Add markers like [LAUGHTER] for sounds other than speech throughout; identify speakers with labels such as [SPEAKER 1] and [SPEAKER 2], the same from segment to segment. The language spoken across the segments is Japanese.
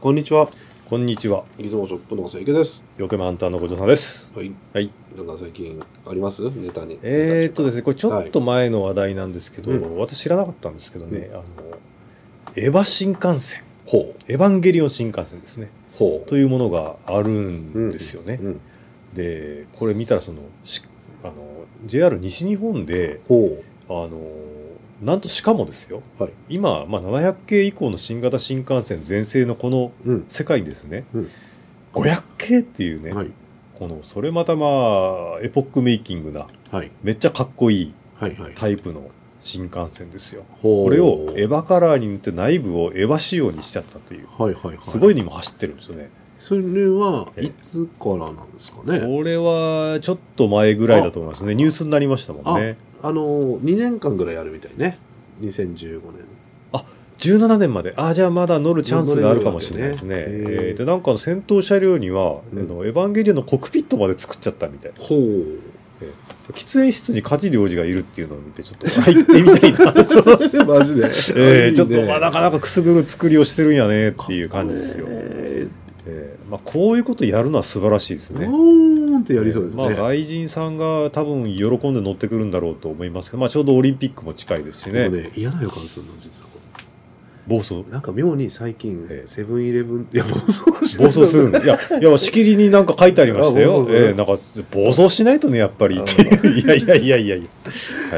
[SPEAKER 1] こんにちは。
[SPEAKER 2] こんにちは。
[SPEAKER 1] いつもショップの清家です。
[SPEAKER 2] よくもハンターのご嬢さんです。
[SPEAKER 1] はい。
[SPEAKER 2] はい。
[SPEAKER 1] なんか最近ありますネタに。。
[SPEAKER 2] えー、っとですすね、これちょっと前の話題なんですけど、
[SPEAKER 1] はい
[SPEAKER 2] 私知らなかったんですけどね、あの、エヴァ新幹線、
[SPEAKER 1] ほ
[SPEAKER 2] エヴァンゲリオン新幹線ですね、
[SPEAKER 1] う。ほう。
[SPEAKER 2] というものがある
[SPEAKER 1] うん
[SPEAKER 2] んですよね。
[SPEAKER 1] うん。
[SPEAKER 2] で、これ見たらその、しあの、JR 西日本で、
[SPEAKER 1] ほう。
[SPEAKER 2] あの、なんとしかもですよ、
[SPEAKER 1] はい
[SPEAKER 2] 今、まあ、700系以降の新型新幹線全盛のこの
[SPEAKER 1] うん。
[SPEAKER 2] 世界にですね、
[SPEAKER 1] うん
[SPEAKER 2] 500系っていうね、
[SPEAKER 1] はい。
[SPEAKER 2] このそれまたまあエポックメイキングな
[SPEAKER 1] はい。
[SPEAKER 2] めっちゃかっこいい
[SPEAKER 1] はい。はい。
[SPEAKER 2] タイプの新幹線ですよ
[SPEAKER 1] ほう
[SPEAKER 2] これをエヴァカラーに塗って内部をエヴァ仕様にしちゃったという
[SPEAKER 1] はいはいはい。
[SPEAKER 2] すごい。にも走ってるんですよね
[SPEAKER 1] それは
[SPEAKER 2] ええ
[SPEAKER 1] いつからなんですかね。
[SPEAKER 2] これはちょっと前ぐらいだと思いますねニュースになりましたもんね
[SPEAKER 1] あの二年間ぐらいやるみたいね。2015年。
[SPEAKER 2] 17年まであじゃあまだ乗るチャンスがあるかもしれないですね
[SPEAKER 1] 乗れるわけねへー
[SPEAKER 2] えーでなんか戦闘車両には、
[SPEAKER 1] うん
[SPEAKER 2] あのエヴァンゲリオンのコクピットまで作っちゃったみたい
[SPEAKER 1] ほう。
[SPEAKER 2] 喫煙室に梶良次がいるっていうのを見てちょっと入ってみたいな
[SPEAKER 1] [LAUGHS]
[SPEAKER 2] と
[SPEAKER 1] マ [LAUGHS] ジで。
[SPEAKER 2] えー、ちょっ
[SPEAKER 1] いい
[SPEAKER 2] と
[SPEAKER 1] ね
[SPEAKER 2] まあなかなかくすぐる作りをしてるんやねっていう感じですよ、
[SPEAKER 1] え
[SPEAKER 2] えーまあ、こういうことやるのは素晴らしいです
[SPEAKER 1] ー、
[SPEAKER 2] ね
[SPEAKER 1] ボーンってやりそうですね。
[SPEAKER 2] まあ、外人さんが多分喜んで乗ってくるんだろうと思いますけど、まあ、ちょうどオリンピックも近いですし
[SPEAKER 1] で
[SPEAKER 2] ね
[SPEAKER 1] もね、嫌な予感するの、実はこ
[SPEAKER 2] 暴走
[SPEAKER 1] れ。なんか妙に最近
[SPEAKER 2] え、え
[SPEAKER 1] セブンイレブン、 [LAUGHS] いや、暴走し
[SPEAKER 2] 暴走するんでいやいやしきりになんか書いてありました
[SPEAKER 1] あ暴
[SPEAKER 2] よ、
[SPEAKER 1] 走する
[SPEAKER 2] えーなんか暴走しないとねやっぱりっていういやいやいやいやいや、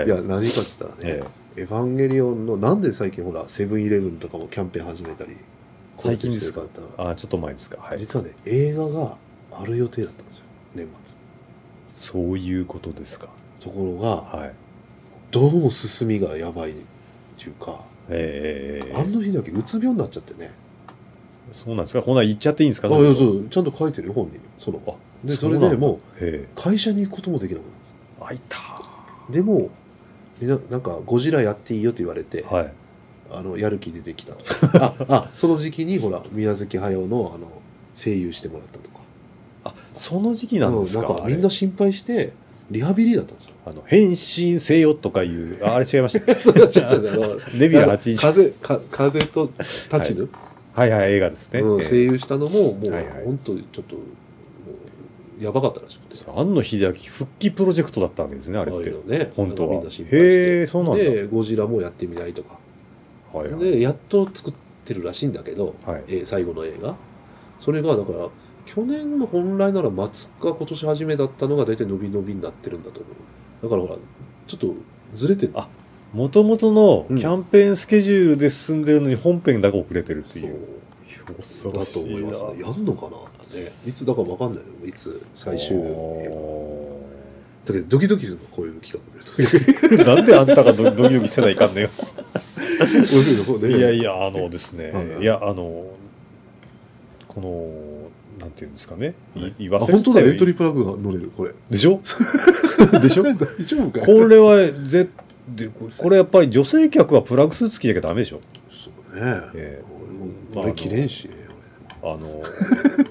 [SPEAKER 2] はい
[SPEAKER 1] いや、何かっつったらね
[SPEAKER 2] え、
[SPEAKER 1] エヴァンゲリオンの、なんで最近ほら、セブンイレブンとかもキャンペーン始めたり、
[SPEAKER 2] 最近ですか
[SPEAKER 1] コンテンツとかあった
[SPEAKER 2] ーあーちょっと前ですか、は
[SPEAKER 1] ら
[SPEAKER 2] い、
[SPEAKER 1] 実はね、映画がある予定だったんですよ、年末。
[SPEAKER 2] そういうことですか
[SPEAKER 1] ところが、
[SPEAKER 2] はい
[SPEAKER 1] どうも進みがやばいっていうか、
[SPEAKER 2] えーえーえ
[SPEAKER 1] あ
[SPEAKER 2] ー
[SPEAKER 1] の日だけうつ病になっちゃってね。
[SPEAKER 2] そうなんですかこんなん言っちゃっていいんですか
[SPEAKER 1] あ、いや、そ
[SPEAKER 2] そう
[SPEAKER 1] う、ちゃんと書いてるよ本人、その。
[SPEAKER 2] あ
[SPEAKER 1] で、そ
[SPEAKER 2] そう
[SPEAKER 1] れ
[SPEAKER 2] なんだ
[SPEAKER 1] でもう、
[SPEAKER 2] え
[SPEAKER 1] 会社に行くこともできなくなったんです。
[SPEAKER 2] ー、あいた
[SPEAKER 1] でも、みんな、なんか、ゴジラやっていいよって言われて、
[SPEAKER 2] はい
[SPEAKER 1] あのやる気出てきた
[SPEAKER 2] [LAUGHS]
[SPEAKER 1] ああその時期にほら宮崎駿のあの声優してもらったとか
[SPEAKER 2] あその時期なんですか,、
[SPEAKER 1] うみんな心配してリハビリだったんですよ
[SPEAKER 2] あの変身せよとかいうああれ違いました
[SPEAKER 1] [LAUGHS]
[SPEAKER 2] [LAUGHS]
[SPEAKER 1] そうちょちょちょあの
[SPEAKER 2] ネビュラ81
[SPEAKER 1] 風か風と立ちぬ、
[SPEAKER 2] はいはい映画ですね、
[SPEAKER 1] うん
[SPEAKER 2] えー
[SPEAKER 1] 声優したのももう、
[SPEAKER 2] はいはい
[SPEAKER 1] 本当にちょっともうやばかったらしくて
[SPEAKER 2] 庵野秀明復帰プロジェクトだったわけですねあれっ
[SPEAKER 1] ああい
[SPEAKER 2] て
[SPEAKER 1] うのね
[SPEAKER 2] 本当は
[SPEAKER 1] なんかみんな心配して
[SPEAKER 2] へえそうなんだ
[SPEAKER 1] でゴジラもやってみないとか
[SPEAKER 2] はいはい
[SPEAKER 1] でやっと作ってるらしいんだけど、
[SPEAKER 2] はい
[SPEAKER 1] えー最後の映画それがだから去年の本来なら松か今年初めだったのが大体伸び伸びになってるんだと思うだからほらちょっとずれてる
[SPEAKER 2] あもともとの
[SPEAKER 1] うん
[SPEAKER 2] キャンペーンスケジュールで進んでるのに本編だけ遅れてるっていう、
[SPEAKER 1] そうだと思いますね
[SPEAKER 2] ね
[SPEAKER 1] やんのかなってねいつだか分かんないよいつ最終だけどドキドキするのこういう企画見ると [LAUGHS]
[SPEAKER 2] [LAUGHS]
[SPEAKER 1] こ
[SPEAKER 2] なんであんたがドドキドキせないかんのよ
[SPEAKER 1] ういうふうにね
[SPEAKER 2] いやいや、あのですね
[SPEAKER 1] は、い
[SPEAKER 2] いや、あの、この、なんていうんですかね、、
[SPEAKER 1] はい
[SPEAKER 2] 言
[SPEAKER 1] あ
[SPEAKER 2] わせ
[SPEAKER 1] 本当だエントリープラグが乗れるこれ
[SPEAKER 2] でしょでし
[SPEAKER 1] [LAUGHS]
[SPEAKER 2] ょ
[SPEAKER 1] 大丈夫かい
[SPEAKER 2] これはぜで、これやっぱり女性客はプラグスーツ着なきゃダメでしょ。
[SPEAKER 1] そうね
[SPEAKER 2] え
[SPEAKER 1] 俺も
[SPEAKER 2] まあ
[SPEAKER 1] 俺着れんしね
[SPEAKER 2] あ
[SPEAKER 1] [LAUGHS]
[SPEAKER 2] の、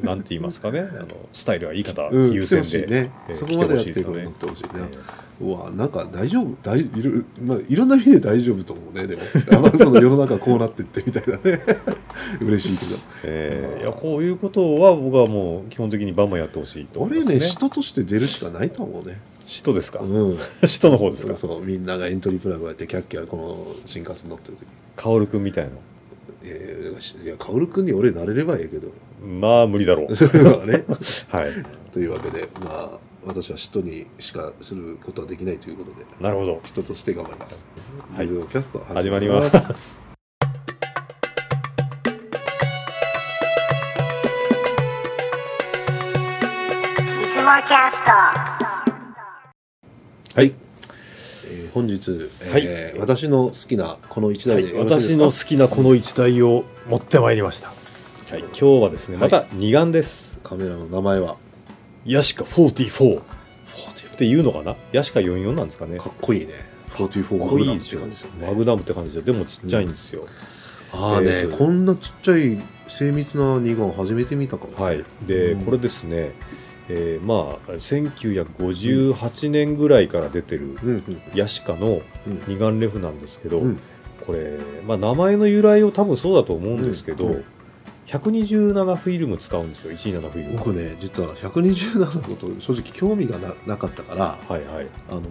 [SPEAKER 2] なんて言いますかね、あのスタイルはいい方
[SPEAKER 1] うん
[SPEAKER 2] 優先
[SPEAKER 1] 来てほしい
[SPEAKER 2] で。
[SPEAKER 1] ね
[SPEAKER 2] えー
[SPEAKER 1] そこまでやってるから
[SPEAKER 2] 来
[SPEAKER 1] 乗
[SPEAKER 2] てほ
[SPEAKER 1] ってほしいね
[SPEAKER 2] え
[SPEAKER 1] うわなんか大丈夫大いろ,、まあ、いろんな意味で大丈夫と思うねでもあまあその世の中こうなってってみたいなね [LAUGHS] 嬉しいけど
[SPEAKER 2] えいやこういうことは僕はもう基本的にバンバンやってほしいと思い
[SPEAKER 1] 俺
[SPEAKER 2] ますね。
[SPEAKER 1] ね人として出るしかないと思うね
[SPEAKER 2] 使徒ですか
[SPEAKER 1] う。
[SPEAKER 2] [LAUGHS]
[SPEAKER 1] ん
[SPEAKER 2] 使徒の方ですか。
[SPEAKER 1] そうみんながエントリープラグやってキャッキャこの新幹線乗ってる時
[SPEAKER 2] カオルくんみたいな。
[SPEAKER 1] いやいやだからいや薫君に俺なれればええけど [LAUGHS]
[SPEAKER 2] まあ無理だろう。
[SPEAKER 1] それはね [LAUGHS]
[SPEAKER 2] はい。
[SPEAKER 1] というわけでまあ私は人にしかすることはできないということで
[SPEAKER 2] なるほど。
[SPEAKER 1] 人として頑張ります。
[SPEAKER 2] はい
[SPEAKER 1] リズムキャスト
[SPEAKER 2] 始まります。は
[SPEAKER 3] いつもキャスト
[SPEAKER 2] い。
[SPEAKER 1] えー本日、えー
[SPEAKER 2] はい
[SPEAKER 1] 私の好きなこの一
[SPEAKER 2] は
[SPEAKER 1] 台
[SPEAKER 2] い、
[SPEAKER 1] でよろしいです
[SPEAKER 2] 私
[SPEAKER 1] か
[SPEAKER 2] の好きなこの一台を持ってまいりました、はい、今日はですね
[SPEAKER 1] は
[SPEAKER 2] ま
[SPEAKER 1] い
[SPEAKER 2] た二眼です、
[SPEAKER 1] カメラの名前は
[SPEAKER 2] ヤシカ44っていうのかなヤシカ44なんですかね
[SPEAKER 1] かっこいいね44
[SPEAKER 2] か
[SPEAKER 1] マ
[SPEAKER 2] っこ
[SPEAKER 1] グ
[SPEAKER 2] い
[SPEAKER 1] ナ
[SPEAKER 2] い
[SPEAKER 1] ムって
[SPEAKER 2] でしょ
[SPEAKER 1] 感じですよ
[SPEAKER 2] マ
[SPEAKER 1] ね
[SPEAKER 2] グナムって感じででもちっちゃいんですよ、
[SPEAKER 1] ああね、
[SPEAKER 2] えーと
[SPEAKER 1] こんなちっちゃい精密な二眼初めて見たかも、
[SPEAKER 2] はいで、
[SPEAKER 1] うん
[SPEAKER 2] これですねえーまあ1958年ぐらいから出てる
[SPEAKER 1] うんうん
[SPEAKER 2] ヤシカの
[SPEAKER 1] うん
[SPEAKER 2] 二眼レフなんですけど、
[SPEAKER 1] うん
[SPEAKER 2] これ、まあ、名前の由来を多分そうだと思うんですけど、
[SPEAKER 1] うんうん
[SPEAKER 2] 127フィルム使うんですよ127フィルム
[SPEAKER 1] 僕ね実は127のこと正直興味がななかったから
[SPEAKER 2] はいはい
[SPEAKER 1] あの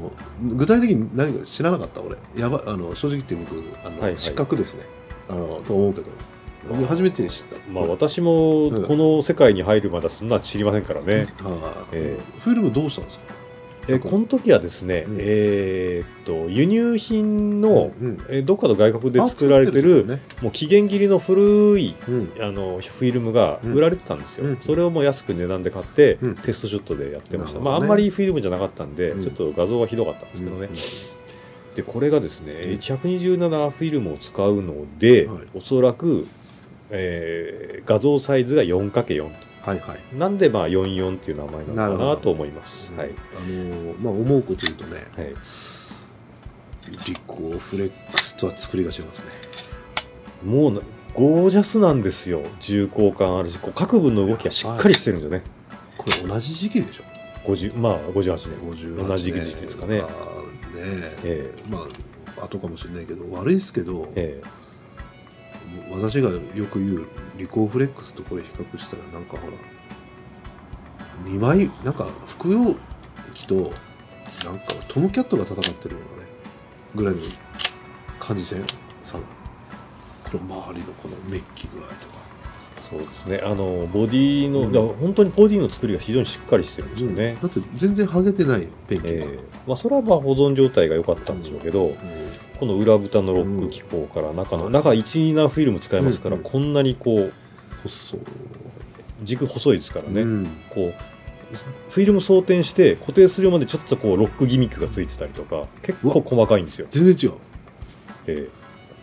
[SPEAKER 1] 具体的に何か知らなかった俺やばあの正直言って僕あの、
[SPEAKER 2] はいはい
[SPEAKER 1] 失格ですねあのと思うけど初めて知った、
[SPEAKER 2] まあ私も
[SPEAKER 1] うん
[SPEAKER 2] この世界に入るまではそんなの知りませんからね、
[SPEAKER 1] はい
[SPEAKER 2] え
[SPEAKER 1] フィルムどうしたんですか
[SPEAKER 2] えこの時はですね、
[SPEAKER 1] うん
[SPEAKER 2] えーっと輸入品の、
[SPEAKER 1] うん
[SPEAKER 2] えどっかの外国で
[SPEAKER 1] あ
[SPEAKER 2] 作られて
[SPEAKER 1] 作
[SPEAKER 2] る
[SPEAKER 1] ってね
[SPEAKER 2] もう期限切りの古い
[SPEAKER 1] うん
[SPEAKER 2] あのフィルムが
[SPEAKER 1] うん
[SPEAKER 2] 売られてたんですよ、
[SPEAKER 1] うん
[SPEAKER 2] それをもう安く値段で買って、
[SPEAKER 1] うん
[SPEAKER 2] テストショットでやってました、
[SPEAKER 1] なるほ
[SPEAKER 2] まあ、
[SPEAKER 1] ど
[SPEAKER 2] あ
[SPEAKER 1] ね
[SPEAKER 2] んまりフィルムじゃなかったんで、
[SPEAKER 1] うん
[SPEAKER 2] ちょっと画像はひどかったんですけどね、
[SPEAKER 1] う
[SPEAKER 2] でこれがですね127フィルムを使うので、
[SPEAKER 1] はい
[SPEAKER 2] おそらく、えー画像サイズが 4×4 と
[SPEAKER 1] んはいはい
[SPEAKER 2] なんでまあ44っていう名前なのか
[SPEAKER 1] なるほ
[SPEAKER 2] な
[SPEAKER 1] ど
[SPEAKER 2] と思います、はい
[SPEAKER 1] あのまあ思うこと言うとね
[SPEAKER 2] はい、
[SPEAKER 1] リコフレックスとは作りが違いますね
[SPEAKER 2] もうなゴージャスなんですよ重厚感あるしこう各部の動きがしっかりしてるんですよね、
[SPEAKER 1] これ同じ時期でしょ
[SPEAKER 2] 50まあ58年
[SPEAKER 1] 58
[SPEAKER 2] 同じ時期ですかね
[SPEAKER 1] まあねえ
[SPEAKER 2] え
[SPEAKER 1] まあ後かもしれないけど悪いですけど、
[SPEAKER 2] えええ
[SPEAKER 1] 私がよく言うリコーフレックスとこれ比較したらなんかほら2枚なんか服用機となんかトムキャットが戦ってるようなねぐらいの感じせんさこの周りのこのメッキ具合とか
[SPEAKER 2] そうですねあのボディの、
[SPEAKER 1] うん
[SPEAKER 2] だから本当にボディの作りが非常にしっかりしてるんですよね、
[SPEAKER 1] だって全然ハゲてないよペンキが、
[SPEAKER 2] ええまあ、それはまあ保存状態が良かったんでしょうけど、この裏蓋のロック機構から中の、中1ナフィルム使いますから、
[SPEAKER 1] うん
[SPEAKER 2] こんなにこう
[SPEAKER 1] 細い
[SPEAKER 2] 軸細いですからね、
[SPEAKER 1] うん
[SPEAKER 2] こうフィルム装填して固定するまでちょっとこうロックギミックがついてたりとか結構細かいんですよ、
[SPEAKER 1] 全然違う
[SPEAKER 2] え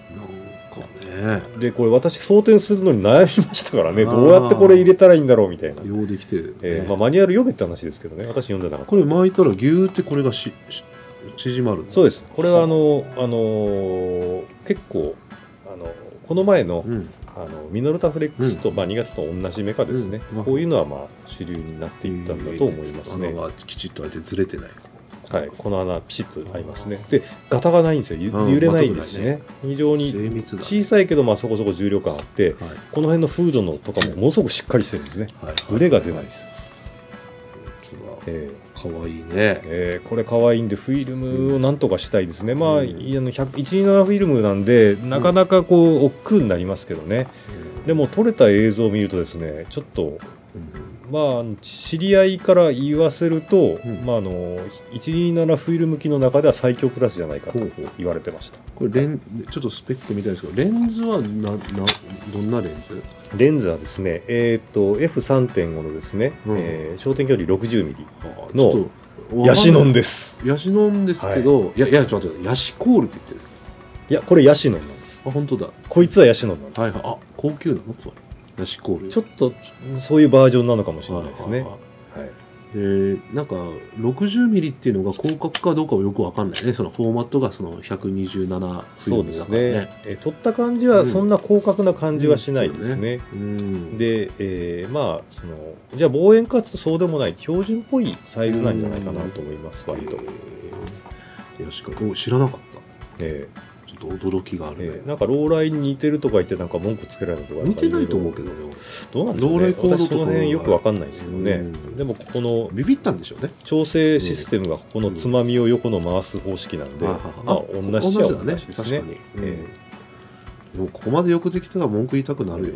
[SPEAKER 1] なんかね
[SPEAKER 2] えでこれ私装填するのに悩みましたからね
[SPEAKER 1] あー
[SPEAKER 2] どうやってこれ入れたらいいんだろうみたいな、
[SPEAKER 1] ようできてる、ね
[SPEAKER 2] ええまあ、マニュアル読めって話ですけどね私読んでなかった
[SPEAKER 1] これ巻いたらギューってこれがしし縮まるの
[SPEAKER 2] そうですこれはあの、あのー結構あのこの前の
[SPEAKER 1] うん、
[SPEAKER 2] あのミノルタフレックスと、まあ、2月と同じメカですね、
[SPEAKER 1] うん
[SPEAKER 2] こういうのはまあ主流になっていったんだと思いますね、
[SPEAKER 1] 穴がきちっと開いてずれてない。
[SPEAKER 2] はい、この穴ピシッと合いますねでガタがないんですよゆ
[SPEAKER 1] うん
[SPEAKER 2] 揺れないんですしね,、非常に
[SPEAKER 1] 精密だ。
[SPEAKER 2] 小さいけどまあそこそこ重量感あって
[SPEAKER 1] はい
[SPEAKER 2] この辺のフードのとかもものすごくしっかりしてるんですね
[SPEAKER 1] はい。
[SPEAKER 2] ブレが出ないです、
[SPEAKER 1] こ
[SPEAKER 2] え
[SPEAKER 1] れは可愛いね
[SPEAKER 2] ー。えーこれ可愛いんでフィルムをなんとかしたいですね、まあ
[SPEAKER 1] う
[SPEAKER 2] あ
[SPEAKER 1] ん
[SPEAKER 2] の100 127フィルムなんでなかなかこう億劫になりますけどね、でも撮れた映像を見るとですねちょっと
[SPEAKER 1] うん、
[SPEAKER 2] まああの、知り合いから言わせると、
[SPEAKER 1] うん
[SPEAKER 2] まあ、あの127フィルム機の中では最強クラスじゃないかと
[SPEAKER 1] ほうほう
[SPEAKER 2] 言われてました
[SPEAKER 1] これレンちょっとスペックみたいですけど、レンズはななどんなレンズ？
[SPEAKER 2] レンズはですね、えー、と F3.5 のですね、
[SPEAKER 1] うん
[SPEAKER 2] えー焦点距離 60mm
[SPEAKER 1] あー
[SPEAKER 2] の
[SPEAKER 1] ちょっと
[SPEAKER 2] ヤシノン
[SPEAKER 1] で。
[SPEAKER 2] です
[SPEAKER 1] ヤシノンですけど、い、やいやちょっと待ってヤシコールって言ってる。
[SPEAKER 2] いやこれヤシノンなんです
[SPEAKER 1] あ本当だ。は
[SPEAKER 2] こいつはヤシノンなんです、
[SPEAKER 1] いはい。あ高級なのつまりヤシコール。
[SPEAKER 2] ちょっとそういうバージョンなのかもしれないですね、
[SPEAKER 1] は
[SPEAKER 2] はい
[SPEAKER 1] ははいでなんか60ミリっていうのが広角かどうかはよくわかんないね。そのフォーマットがその127フィ
[SPEAKER 2] そ
[SPEAKER 1] ル
[SPEAKER 2] う
[SPEAKER 1] ム
[SPEAKER 2] で
[SPEAKER 1] だ
[SPEAKER 2] す
[SPEAKER 1] から
[SPEAKER 2] ね
[SPEAKER 1] ね。
[SPEAKER 2] えー撮った感じはそんな広角な感じはしないで
[SPEAKER 1] う
[SPEAKER 2] す
[SPEAKER 1] ん
[SPEAKER 2] ね、
[SPEAKER 1] うん
[SPEAKER 2] で、えーまあそのじゃあ望遠かつとそうでもない標準っぽいサイズなんじゃないかなと思います割と、
[SPEAKER 1] えーよしかお知らなかった
[SPEAKER 2] え
[SPEAKER 1] ちょっと驚きがあ
[SPEAKER 2] ー
[SPEAKER 1] る
[SPEAKER 2] え
[SPEAKER 1] ね
[SPEAKER 2] ー、なんかローライに似てるとか言ってなんか文句つけられるとか
[SPEAKER 1] 似てないと思うけ
[SPEAKER 2] ど
[SPEAKER 1] どね
[SPEAKER 2] どうなんでしょ
[SPEAKER 1] ロー
[SPEAKER 2] う
[SPEAKER 1] ラ
[SPEAKER 2] ね
[SPEAKER 1] イコードとか
[SPEAKER 2] 私その辺よくわかんないですけどね、
[SPEAKER 1] うん
[SPEAKER 2] でもここの
[SPEAKER 1] 俺ビビったんでしょうね
[SPEAKER 2] 調整システムがここのつまみを横の回す方式なんで、
[SPEAKER 1] あ
[SPEAKER 2] まあ
[SPEAKER 1] あ
[SPEAKER 2] 同じっちゃ
[SPEAKER 1] だ
[SPEAKER 2] 同
[SPEAKER 1] ね
[SPEAKER 2] じです
[SPEAKER 1] 確かに、
[SPEAKER 2] ねええ
[SPEAKER 1] うんでもここまでよくできたら文句言いたくなるよ、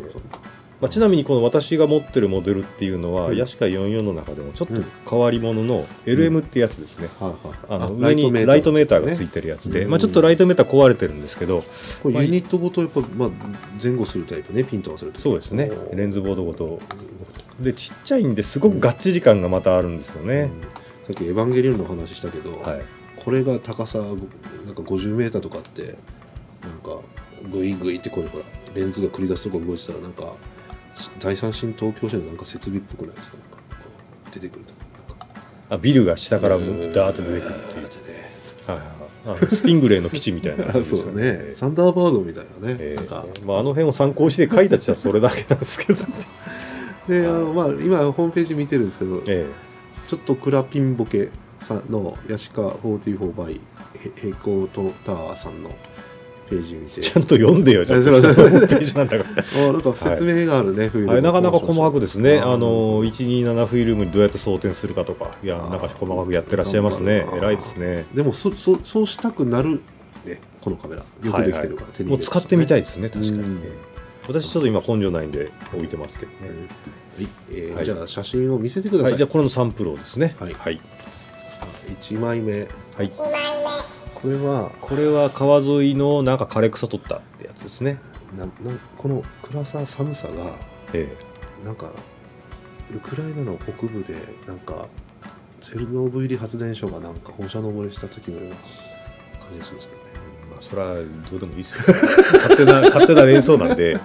[SPEAKER 2] まあ、ちなみにこの私が持ってるモデルっていうのは、
[SPEAKER 1] うん
[SPEAKER 2] ヤシカ44の中でもちょっと
[SPEAKER 1] うん
[SPEAKER 2] 変わり者の LM ってやつですね、
[SPEAKER 1] はいはい
[SPEAKER 2] あの上にライトメーターがついてるやつで、
[SPEAKER 1] うん
[SPEAKER 2] まあ、ちょっとライトメーター壊れてるんですけど、
[SPEAKER 1] これユニットごとやっぱ、まあ、前後するタイプねピント合わせると
[SPEAKER 2] そうですね
[SPEAKER 1] おー
[SPEAKER 2] レンズボードごとでちっちゃいんですごくがっちり感がまたあるんですよ
[SPEAKER 1] うん
[SPEAKER 2] ね、
[SPEAKER 1] さっき「エヴァンゲリオン」の話したけど、
[SPEAKER 2] はい、
[SPEAKER 1] これが高さなんか50メーターとかってなんかグイグイってこれほらレンズが繰り出すとこ動いてたらなんか第三新東京市のなんか設備っぽくないですかなんかこう出てくるとなんか
[SPEAKER 2] あビルが下からダ
[SPEAKER 1] う
[SPEAKER 2] ー
[SPEAKER 1] ん
[SPEAKER 2] ッと出てくるっていう
[SPEAKER 1] ダーッ、てね
[SPEAKER 2] はいはいはい、あのスティングレーの基地みたいな
[SPEAKER 1] あ
[SPEAKER 2] 感じ
[SPEAKER 1] [LAUGHS]
[SPEAKER 2] で
[SPEAKER 1] そ
[SPEAKER 2] すよ
[SPEAKER 1] うだ
[SPEAKER 2] ね
[SPEAKER 1] ねサンダーバードみたいなね、
[SPEAKER 2] え
[SPEAKER 1] なんか
[SPEAKER 2] ーまあ、あの辺を参考して書いたっちゃそれだけなんです
[SPEAKER 1] [LAUGHS]
[SPEAKER 2] けど、
[SPEAKER 1] であのまあ今ホームページ見てるんですけど、
[SPEAKER 2] え
[SPEAKER 1] ちょっとクラピンボケさんのヤシカ44倍へ平行とタワーさんのページ見て
[SPEAKER 2] ちゃんと読んでよ、ちゃんと
[SPEAKER 1] あすいません
[SPEAKER 2] ホームページなんだから。
[SPEAKER 1] [LAUGHS] あなんか説明があるね、冬の
[SPEAKER 2] はい、なかなか細かくですね、
[SPEAKER 1] あ
[SPEAKER 2] あ
[SPEAKER 1] ー
[SPEAKER 2] の127フィルムにどうやって装填するかとか、いや、
[SPEAKER 1] あー
[SPEAKER 2] なんか細かくやってらっしゃいますね
[SPEAKER 1] 頑、張るな
[SPEAKER 2] 偉いですね、
[SPEAKER 1] でもそそそうしたくなるねこのカメラよくできてるから、手に入れ
[SPEAKER 2] もう
[SPEAKER 1] るし
[SPEAKER 2] 使ってみたい
[SPEAKER 1] ね
[SPEAKER 2] ですね、確かに、
[SPEAKER 1] うん
[SPEAKER 2] 私、ちょっと今、根性ないんで置いてますけど
[SPEAKER 1] え
[SPEAKER 2] ね、
[SPEAKER 1] ーえー
[SPEAKER 2] はい
[SPEAKER 1] じゃあ写真を見せてくださ、
[SPEAKER 2] はいい、じゃあ、これのサンプルをですね、
[SPEAKER 1] はい
[SPEAKER 2] はい、
[SPEAKER 1] 1枚目
[SPEAKER 2] はい
[SPEAKER 3] 一枚目
[SPEAKER 1] これは
[SPEAKER 2] これは川沿いのなんか枯れ草取ったってやつですね、
[SPEAKER 1] ななこの暗さ寒さが
[SPEAKER 2] え
[SPEAKER 1] なんかウクライナの北部でなんかチェルノブイリ発電所がなんか放射能漏れした時のような感じがするんですけどね
[SPEAKER 2] えまあ、それはどうでもいいですけど、 [LAUGHS] 勝手な勝手な連想なんで、え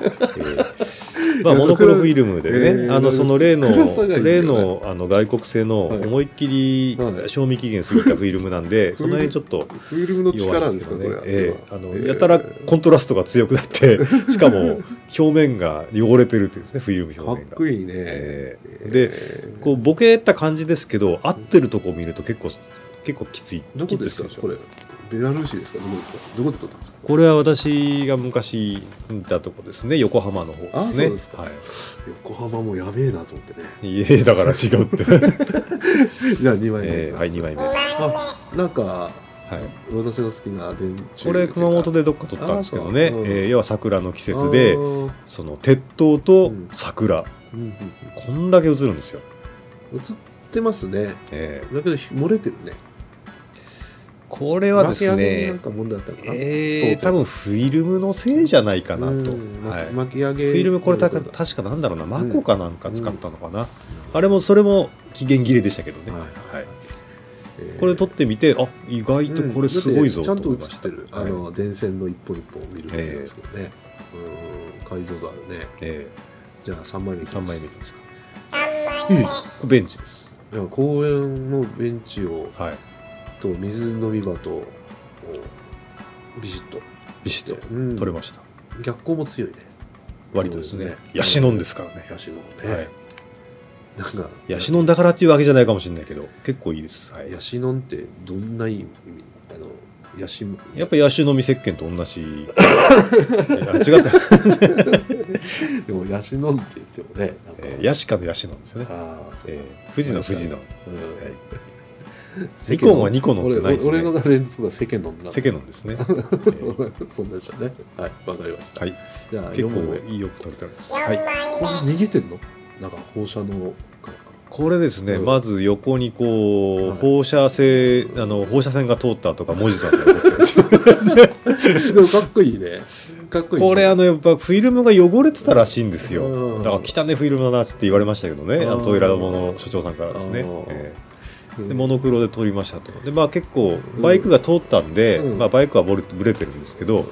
[SPEAKER 2] えまあ、モノクロフィルムでね、
[SPEAKER 1] ええ
[SPEAKER 2] あのその例の
[SPEAKER 1] 暗さがいいよね
[SPEAKER 2] 例のあの外国製の
[SPEAKER 1] はい
[SPEAKER 2] 思いっきり
[SPEAKER 1] はい
[SPEAKER 2] 賞味期限過ぎたフィルムなんで、その辺ちょっと。
[SPEAKER 1] フィルムの
[SPEAKER 2] 弱
[SPEAKER 1] 力で
[SPEAKER 2] いですす
[SPEAKER 1] か
[SPEAKER 2] け
[SPEAKER 1] こ
[SPEAKER 2] どね
[SPEAKER 1] れは、
[SPEAKER 2] ええあの
[SPEAKER 1] ええ
[SPEAKER 2] やたらコントラストが強く
[SPEAKER 1] [LAUGHS]
[SPEAKER 2] なって、しかも表面が汚れてるっていうんですね、フィルム
[SPEAKER 1] か
[SPEAKER 2] 表
[SPEAKER 1] っ
[SPEAKER 2] 面が。
[SPEAKER 1] こいいね、
[SPEAKER 2] ええで、
[SPEAKER 1] で
[SPEAKER 2] こうボケた感じですけど、合ってるとこを見ると結構結構きつい。
[SPEAKER 1] どこです
[SPEAKER 2] き
[SPEAKER 1] か
[SPEAKER 2] つい
[SPEAKER 1] これベラルーシですかどこですかどこで撮ったんですか
[SPEAKER 2] これは私が昔いたとこですね、横浜の方ですね。
[SPEAKER 1] あそうですか
[SPEAKER 2] は
[SPEAKER 1] 横浜もやべえなと思ってね
[SPEAKER 2] い、いえ、だから違うって。
[SPEAKER 1] [LAUGHS] じゃあ2枚目、
[SPEAKER 2] えーはい、2枚目。
[SPEAKER 3] 二
[SPEAKER 2] はい、
[SPEAKER 3] 枚目
[SPEAKER 1] なんか私の好きな電柱
[SPEAKER 2] これ、熊本でどっか撮ったんですけどね、
[SPEAKER 1] あそううん
[SPEAKER 2] えー要は桜の季節で、
[SPEAKER 1] うん
[SPEAKER 2] その鉄塔と
[SPEAKER 1] うん
[SPEAKER 2] 桜、
[SPEAKER 1] うん
[SPEAKER 2] こんだけ映るんですよ。
[SPEAKER 1] うん映ってますね
[SPEAKER 2] えー
[SPEAKER 1] だけどひ漏れてるね
[SPEAKER 2] これはです
[SPEAKER 1] 巻き上げにな
[SPEAKER 2] ね
[SPEAKER 1] ん、か問題あったのかな
[SPEAKER 2] え
[SPEAKER 1] そう
[SPEAKER 2] ー、多分フィルムのせいじゃないかなと。
[SPEAKER 1] うん
[SPEAKER 2] はい
[SPEAKER 1] 巻き巻き上げ
[SPEAKER 2] フィルムこれたか
[SPEAKER 1] は
[SPEAKER 2] 確かなんだろうなマコかなんか使ったのかな、あれもそれも期限切れでしたけど
[SPEAKER 1] い
[SPEAKER 2] ね、
[SPEAKER 1] はいえー
[SPEAKER 2] これ撮ってみてあ意外とこれすごいぞ
[SPEAKER 1] うんだって
[SPEAKER 2] と思い
[SPEAKER 1] ち
[SPEAKER 2] ま
[SPEAKER 1] ゃんと映っ
[SPEAKER 2] してた、
[SPEAKER 1] るあの電線の一本一本を見るみたいなんですけどねうん解像度あるね
[SPEAKER 2] え
[SPEAKER 1] じゃあ3枚目い
[SPEAKER 2] ー、
[SPEAKER 1] きます
[SPEAKER 2] 3枚目いきますか
[SPEAKER 3] 三枚目
[SPEAKER 2] これベンチです
[SPEAKER 1] いや公園のベンチを
[SPEAKER 2] はい
[SPEAKER 1] と水飲み場とをビシッと
[SPEAKER 2] ビシッと
[SPEAKER 1] うん
[SPEAKER 2] 撮れました、
[SPEAKER 1] 逆光も強いね
[SPEAKER 2] 割とですね
[SPEAKER 1] そうですね
[SPEAKER 2] ヤシノンですからね、
[SPEAKER 1] ヤシのね、
[SPEAKER 2] はい、
[SPEAKER 1] なんか
[SPEAKER 2] ヤシノンだからっていうわけじゃないかもしれないけど結構いいです、はい、
[SPEAKER 1] ヤシノンってどんな意味あのヤシも
[SPEAKER 2] やっぱヤシの実石鹸と同じい
[SPEAKER 1] [LAUGHS]
[SPEAKER 2] や違った、
[SPEAKER 1] でもヤシノンって言ってもねなんか、
[SPEAKER 2] えーヤシカのヤシノンですよね、
[SPEAKER 1] ああそう
[SPEAKER 2] えー、富士の富士の、は
[SPEAKER 1] うん
[SPEAKER 2] い、
[SPEAKER 1] 世間
[SPEAKER 2] ニコンはニコノってないですね
[SPEAKER 1] 俺俺のがレンズとか世間のな
[SPEAKER 2] 世間のですね、え
[SPEAKER 1] [LAUGHS]
[SPEAKER 2] ー
[SPEAKER 1] そんなでしたねはいわかりました、
[SPEAKER 2] はい、
[SPEAKER 1] じ [LAUGHS] ゃあ
[SPEAKER 2] 結
[SPEAKER 1] 4枚
[SPEAKER 2] 構
[SPEAKER 1] 目
[SPEAKER 2] いいよく撮れてます、
[SPEAKER 3] 四
[SPEAKER 2] は
[SPEAKER 3] 枚
[SPEAKER 2] い、
[SPEAKER 1] これ逃げてんのなんか放射能かなんか
[SPEAKER 2] これですね、
[SPEAKER 1] うん
[SPEAKER 2] まず横にこう、
[SPEAKER 1] はい
[SPEAKER 2] 放射性あの放射線が通ったとか文字
[SPEAKER 1] [LAUGHS]
[SPEAKER 2] さんが残ってる
[SPEAKER 1] でもかっこいいねかっこいいね、
[SPEAKER 2] これあのやっぱフィルムが汚れてたらしいんですよ、
[SPEAKER 1] うん
[SPEAKER 2] だから汚いフィルムだなっつって言われましたけどね、あ
[SPEAKER 1] うん
[SPEAKER 2] のトイラボの所長さんからですね、
[SPEAKER 1] うん
[SPEAKER 2] え
[SPEAKER 1] う
[SPEAKER 2] え
[SPEAKER 1] ん
[SPEAKER 2] でモノクロで撮りましたとでまあ結構バイクが通ったんで、
[SPEAKER 1] うん
[SPEAKER 2] まあ、バイクはボレブレてるんですけど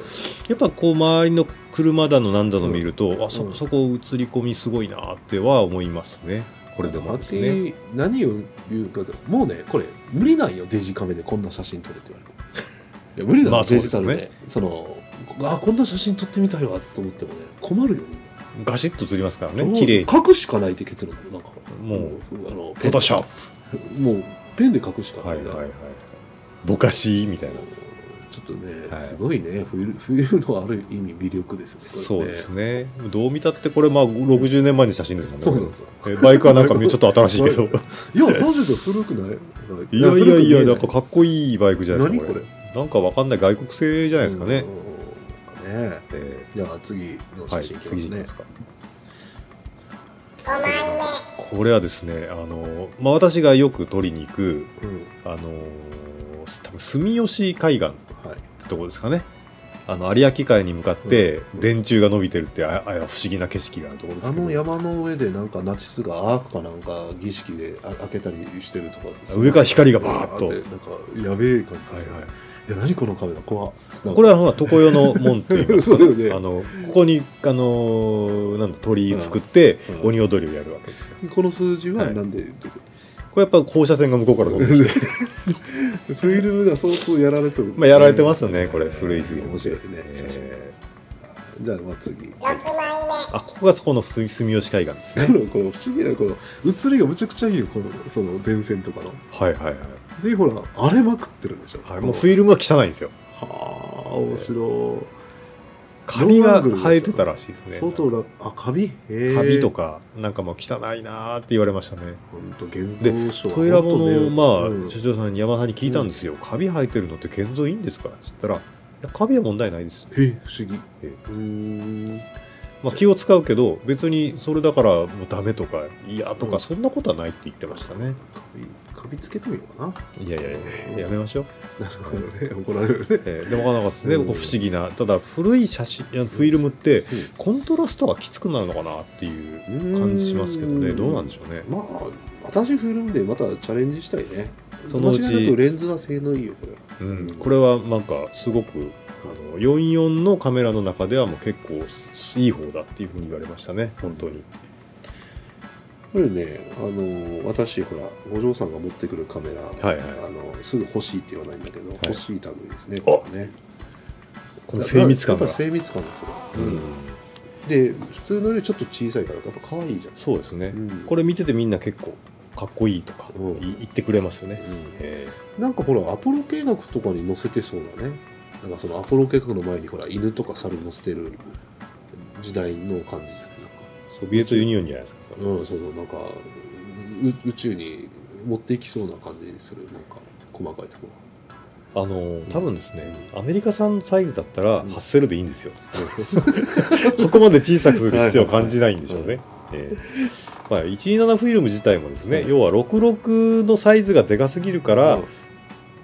[SPEAKER 2] やっぱこう周りの車だのなんだの見ると、あそ
[SPEAKER 1] うん
[SPEAKER 2] こそこ映り込みすごいなっては思いますねこれでもですね
[SPEAKER 1] 私何を言うかともうねこれ無理なんよデジカメでこんな写真撮れって言われて [LAUGHS] いや無理なの、
[SPEAKER 2] まあそう
[SPEAKER 1] デ
[SPEAKER 2] で
[SPEAKER 1] ジ
[SPEAKER 2] す
[SPEAKER 1] タ
[SPEAKER 2] よ
[SPEAKER 1] ル
[SPEAKER 2] ね
[SPEAKER 1] でそのあこんな写真撮ってみたいわと思ってもね困るよみんな
[SPEAKER 2] ガシッと映りますから
[SPEAKER 1] どう
[SPEAKER 2] ね綺麗に
[SPEAKER 1] 書くしかないって結論だよなんか
[SPEAKER 2] もう
[SPEAKER 1] あの
[SPEAKER 2] フォトショッ
[SPEAKER 1] プもうペンで書くしか
[SPEAKER 2] プ
[SPEAKER 1] な
[SPEAKER 2] はいい
[SPEAKER 1] ん
[SPEAKER 2] は
[SPEAKER 1] だ、
[SPEAKER 2] いはいぼかしみたいな
[SPEAKER 1] ちょっとね、
[SPEAKER 2] はい
[SPEAKER 1] すごいね冬冬のある意味魅力ですね
[SPEAKER 2] そうです
[SPEAKER 1] ね
[SPEAKER 2] ねどう見たってこれまあ60年前の写真ですもんね
[SPEAKER 1] そうなんですよ
[SPEAKER 2] えバイクはなんかちょっと新しいけど
[SPEAKER 1] [LAUGHS] いや当時と古くない
[SPEAKER 2] いやいやいやなん
[SPEAKER 1] っ
[SPEAKER 2] かかっこいいバイクじゃないですか
[SPEAKER 1] 何
[SPEAKER 2] こ
[SPEAKER 1] これ
[SPEAKER 2] れなんかわかんない外国製じゃ
[SPEAKER 1] こ
[SPEAKER 2] ないですかね、
[SPEAKER 1] ね
[SPEAKER 2] え
[SPEAKER 1] じゃあ次の
[SPEAKER 2] ーは
[SPEAKER 1] 写真いき
[SPEAKER 2] い
[SPEAKER 1] ま
[SPEAKER 2] 次
[SPEAKER 1] す
[SPEAKER 2] いき
[SPEAKER 1] ね
[SPEAKER 2] ま。すか
[SPEAKER 3] 五枚目
[SPEAKER 2] これはですねあの、まあ、私がよく撮りに行く
[SPEAKER 1] うん
[SPEAKER 2] あのー多分住吉海岸
[SPEAKER 1] はい。
[SPEAKER 2] ってとこですかねあの有明海に向かって
[SPEAKER 1] うん
[SPEAKER 2] 電柱が伸びてるってああ不思議な景色があるところです
[SPEAKER 1] あ
[SPEAKER 2] けど
[SPEAKER 1] の山の上でなんかナチスがアークかなんか儀式であ開けたりしてるとか
[SPEAKER 2] 上から光がバーッと
[SPEAKER 1] ってなんかやべえ感じで
[SPEAKER 2] は
[SPEAKER 1] す
[SPEAKER 2] い
[SPEAKER 1] ね。
[SPEAKER 2] はい
[SPEAKER 1] いや何このカメラ怖っ。
[SPEAKER 2] これはほら常世の門って言います
[SPEAKER 1] [LAUGHS]
[SPEAKER 2] か
[SPEAKER 1] そうよね
[SPEAKER 2] あのここにあのーなんだ鳥居作って
[SPEAKER 1] うん
[SPEAKER 2] 鬼踊りをやるわけですよ
[SPEAKER 1] この数字は
[SPEAKER 2] はい
[SPEAKER 1] なんで出てる、
[SPEAKER 2] これやっぱ放射線が向こうから飛んできて
[SPEAKER 1] フィルムが相当やられてる。
[SPEAKER 2] [LAUGHS] まあやられてますよねこれ古いフィルム
[SPEAKER 1] 面白いね写真
[SPEAKER 2] え
[SPEAKER 1] じゃあまあ次。
[SPEAKER 3] 六枚
[SPEAKER 2] ーあここがそこの住住吉海岸ですね
[SPEAKER 1] このこの不思議なこの写りがむちゃくちゃいいよこのその電線とかの
[SPEAKER 2] はいはいはい、
[SPEAKER 1] でほら荒れまくってるでしょ、
[SPEAKER 2] はい、もうフィルムは汚いんですよ
[SPEAKER 1] はあ面白い
[SPEAKER 2] カビ
[SPEAKER 1] ローア
[SPEAKER 2] が
[SPEAKER 1] ングルですよ
[SPEAKER 2] 生えてたらしいですね
[SPEAKER 1] 相当楽あカビへえ
[SPEAKER 2] カビとかなんかもう汚いなーって言われましたね
[SPEAKER 1] 本当現像書は
[SPEAKER 2] トイラボ
[SPEAKER 1] ほんと
[SPEAKER 2] の、
[SPEAKER 1] ね
[SPEAKER 2] まあ
[SPEAKER 1] うん
[SPEAKER 2] 所長さんに山田に聞いたんですよ、カビ生えてるのって建造いいんですかっつったらいやカビは問題ないです、
[SPEAKER 1] え不思議
[SPEAKER 2] え
[SPEAKER 1] うーん
[SPEAKER 2] まあ、気を使うけど別にそれだからもうダメとか嫌と
[SPEAKER 1] う
[SPEAKER 2] か
[SPEAKER 1] ん
[SPEAKER 2] そんなことはないって言ってましたね、
[SPEAKER 1] カビカビつけてみようか
[SPEAKER 2] いやいやいややめましょう、
[SPEAKER 1] ななるほどね怒られるね
[SPEAKER 2] えーでも分からなかったですね、
[SPEAKER 1] うん
[SPEAKER 2] こう不思議なただ古い写真いやフィルムってコントラストがきつくなるのかなっていう [LAUGHS] 感じしますけどねどうなんでしょうね
[SPEAKER 1] まあ私フィルムでまたチャレンジしたいね
[SPEAKER 2] そのうち
[SPEAKER 1] 間違いなくレンズは性能いいよこれ
[SPEAKER 2] うん、これはなんかすごくあの44のカメラの中ではもう結構いい方だっていうふうに言われましたね本当に
[SPEAKER 1] これねあの私ほらお嬢さんが持ってくるカメラ、
[SPEAKER 2] はいはい
[SPEAKER 1] あのすぐ欲しいって言わないんだけど、
[SPEAKER 2] い
[SPEAKER 1] 欲しい類ですねこれね
[SPEAKER 2] この精密感
[SPEAKER 1] や
[SPEAKER 2] が
[SPEAKER 1] っぱ、精密感ですよ、
[SPEAKER 2] うん、
[SPEAKER 1] で普通のよりちょっと小さいからやっぱ可愛いじゃん
[SPEAKER 2] そうですね、
[SPEAKER 1] うん
[SPEAKER 2] これ見ててみんな結構かっこいいとか
[SPEAKER 1] うん
[SPEAKER 2] い言ってくれますよね、
[SPEAKER 1] うん
[SPEAKER 2] え
[SPEAKER 1] なんかほらアポロ計画とかに載せてそうだねなんかそのアポロ計画の前にほら犬とか猿乗せてる時代の感じじゃないなんか
[SPEAKER 2] ーソビエトユニオンじゃないですかそれ
[SPEAKER 1] うん、そうそう、なんか、う宇宙に持っていきそうな感じにする、なんか、細かいとこ
[SPEAKER 2] あのー多分ですね、アメリカ産のサイズだったら
[SPEAKER 1] うん
[SPEAKER 2] ハッセルでいいんですよ、 [LAUGHS]
[SPEAKER 1] ろ。 [LAUGHS]
[SPEAKER 2] そこまで小さくする必要を感じないんでしょうね。ええまあ、127フィルム自体もですね、
[SPEAKER 1] うん
[SPEAKER 2] 要は66のサイズがでかすぎるから、
[SPEAKER 1] うん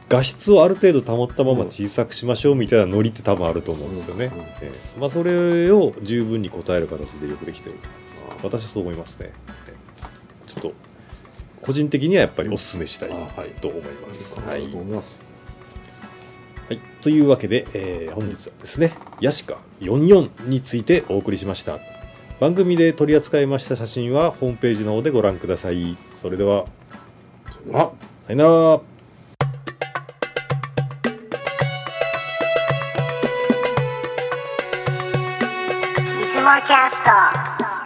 [SPEAKER 2] 画質をある程度保ったまま
[SPEAKER 1] うん
[SPEAKER 2] 小さくしましょうみたいなノリって多分あると思うんですよね、
[SPEAKER 1] うんうん
[SPEAKER 2] ええまあ、それを十分に応える形でよくできてる
[SPEAKER 1] あー
[SPEAKER 2] 私はそう思いますね、ええちょっと個人的にはやっぱりお勧めしたい
[SPEAKER 1] あはい
[SPEAKER 2] と思います、
[SPEAKER 1] あ
[SPEAKER 2] は
[SPEAKER 1] り
[SPEAKER 2] い
[SPEAKER 1] がとうございます。
[SPEAKER 2] はい、というわけで、えー本日はですね「ヤシカ44」についてお送りしました番組で取り扱いました写真はホームページの方でご覧くださいそれでは
[SPEAKER 1] あ
[SPEAKER 2] さよなら
[SPEAKER 3] いつもキャスト